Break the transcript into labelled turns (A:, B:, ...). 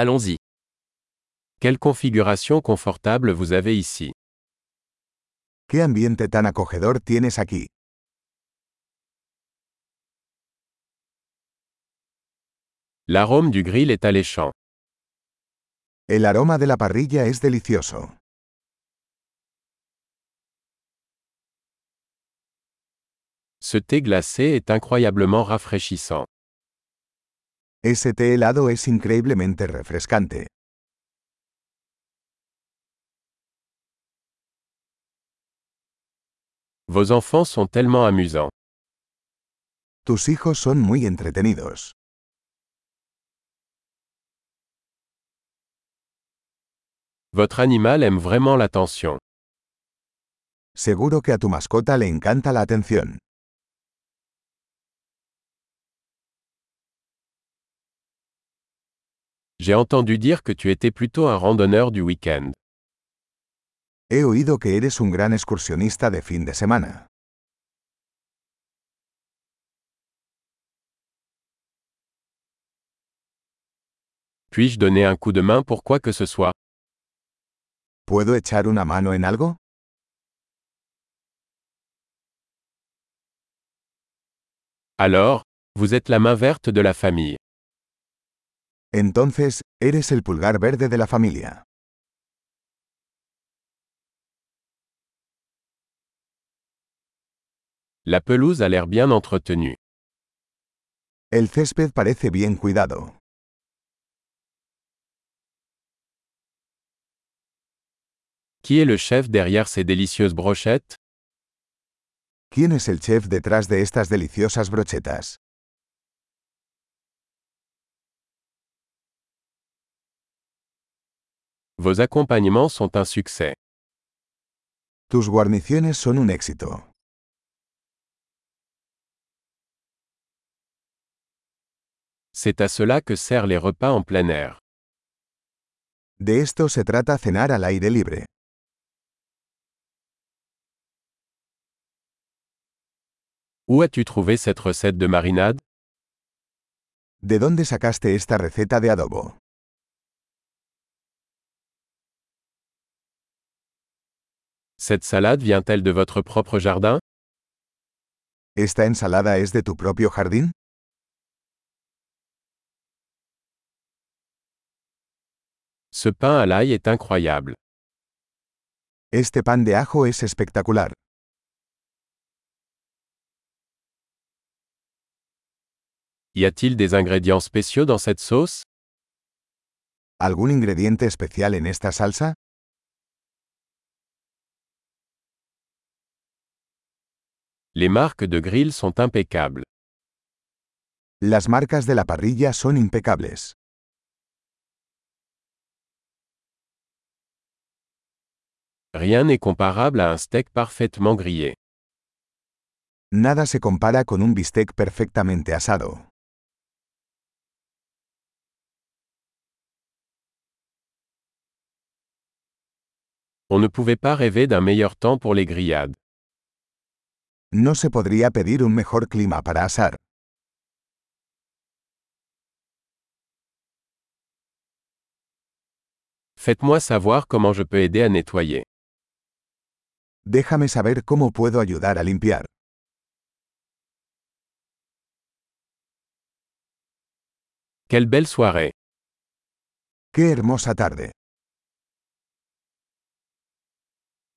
A: Allons-y.
B: Quelle configuration confortable vous avez ici.
C: ¿Qué ambiente tan acogedor tienes aquí?
B: L'arôme du grill est alléchant.
C: El aroma de la parrilla es delicioso.
B: Ce thé glacé est incroyablement rafraîchissant.
C: Ese té helado es increíblemente refrescante.
B: Vos enfants sont tellement amusants.
C: Tus hijos son muy entretenidos.
B: Votre animal aime vraiment l'attention.
C: Seguro que a tu mascota le encanta la atención.
B: J'ai entendu dire que tu étais plutôt un randonneur du week-end.
C: He oído que eres un gran excursionista de fin de semana.
B: Puis-je donner un coup de main pour quoi que ce soit
C: ¿Puedo echar una mano en algo?
B: Alors, vous êtes la main verte de la famille.
C: Entonces, eres el pulgar verde de la familia.
B: La pelouse a l'air bien entretenue.
C: El césped parece bien cuidado.
B: Qui est le chef derrière ces délicieuses brochettes
C: ¿Quién es el chef detrás de estas deliciosas brochetas?
B: Vos accompagnements sont un succès.
C: Tus guarniciones son un éxito.
B: C'est à cela que servent les repas en plein air.
C: De esto se trata cenar al aire libre.
B: Où as-tu trouvé cette recette de marinade
C: ¿De dónde sacaste esta receta de adobo?
B: Cette salade vient-elle de votre propre jardin
C: ¿Esta ensalada es de tu propio jardín?
B: Ce pain à l'ail est incroyable.
C: Este pan de ajo es espectacular.
B: Y a-t-il des ingrédients spéciaux dans cette sauce
C: ¿Algún ingrediente especial en esta salsa?
B: Les marques de grill sont impeccables.
C: Las marcas de la parrilla son impecables.
B: Rien n'est comparable à un steak parfaitement grillé.
C: Nada se compara con un bistec perfectamente asado.
B: On ne pouvait pas rêver d'un meilleur temps pour les grillades.
C: No se podría pedir un mejor clima para asar.
B: Faites-moi savoir comment je peux aider à nettoyer.
C: Déjame saber cómo puedo ayudar a limpiar.
B: Quelle belle soirée
C: ¡Qué hermosa tarde!